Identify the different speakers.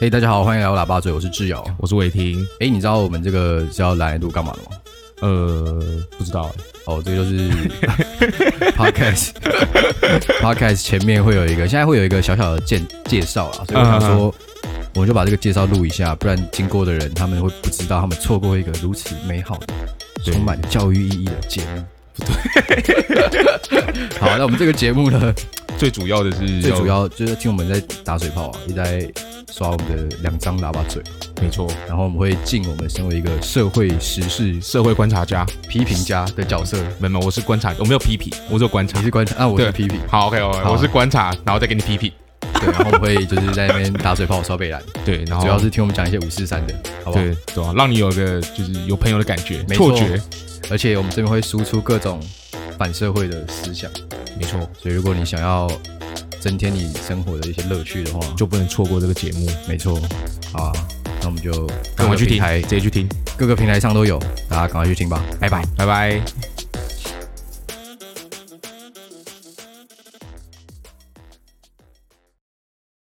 Speaker 1: 嘿、大家好，欢迎来到喇叭嘴，我是志 尧。
Speaker 2: 我是伟霆，
Speaker 1: 哎、你知道我们这个是要来录干嘛的吗？
Speaker 2: 呃，不知道哎、
Speaker 1: 哦，这个就是 podcast podcast 前面会有一个，现在会有一个小小的介介绍啦，所以我想说，
Speaker 2: 嗯
Speaker 1: 我们就把这个介绍录一下，不然经过的人他们会不知道，他们错过一个如此美好的、
Speaker 2: 对
Speaker 1: 充满教育意义的节目。对， 好，那我们这个节目呢，
Speaker 2: 最主要的嗯 是
Speaker 1: 最
Speaker 2: 哦
Speaker 1: 主要就是听我们在打水泡啊，一直在刷我们的两张喇叭嘴，
Speaker 2: 没错，
Speaker 1: 然后我们会尽我们身为一个社会时事
Speaker 2: 社会观察家，
Speaker 1: 批评家的角色，
Speaker 2: 没有没有，我是观察，我没有批评，我只有观察
Speaker 1: 你是。观察，啊，我是
Speaker 2: 对
Speaker 1: 批评。
Speaker 2: 好，OK OK，
Speaker 1: 好
Speaker 2: 我是观察，然后再给你批评。
Speaker 1: 对，然后我们会就是在那边打水泡、烧北兰，
Speaker 2: 对，然后
Speaker 1: 主要是听我们讲一些五四三的，好不好？
Speaker 2: 对，对啊，让你有一个就是有朋友的感觉，
Speaker 1: 没
Speaker 2: 错
Speaker 1: 错
Speaker 2: 觉，
Speaker 1: 而且我们这边会输出各种反社会的思想，
Speaker 2: 没错，
Speaker 1: 所以如果你想要增添你生活的一些乐趣的话，就
Speaker 2: 就不能错过这个节目，
Speaker 1: 没错，好啊，那我们就
Speaker 2: 赶快去
Speaker 1: 各个平
Speaker 2: 听，
Speaker 1: 台
Speaker 2: 直接去听，
Speaker 1: 各个平台上都有，大家赶快去听吧，拜拜。
Speaker 2: 拜拜。